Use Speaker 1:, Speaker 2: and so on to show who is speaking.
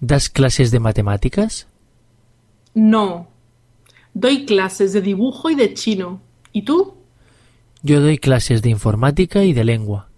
Speaker 1: ¿Das clases de matemáticas?
Speaker 2: No. Doy clases de dibujo y de chino. ¿Y tú?
Speaker 1: Yo doy clases de informática y de lengua.